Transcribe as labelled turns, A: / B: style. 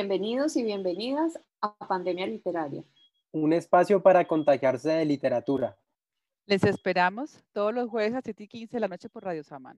A: Bienvenidos y bienvenidas a Pandemia Literaria.
B: Un espacio para contagiarse de literatura.
C: Les esperamos todos los jueves a 7 y 15 de la noche por Radio Samán.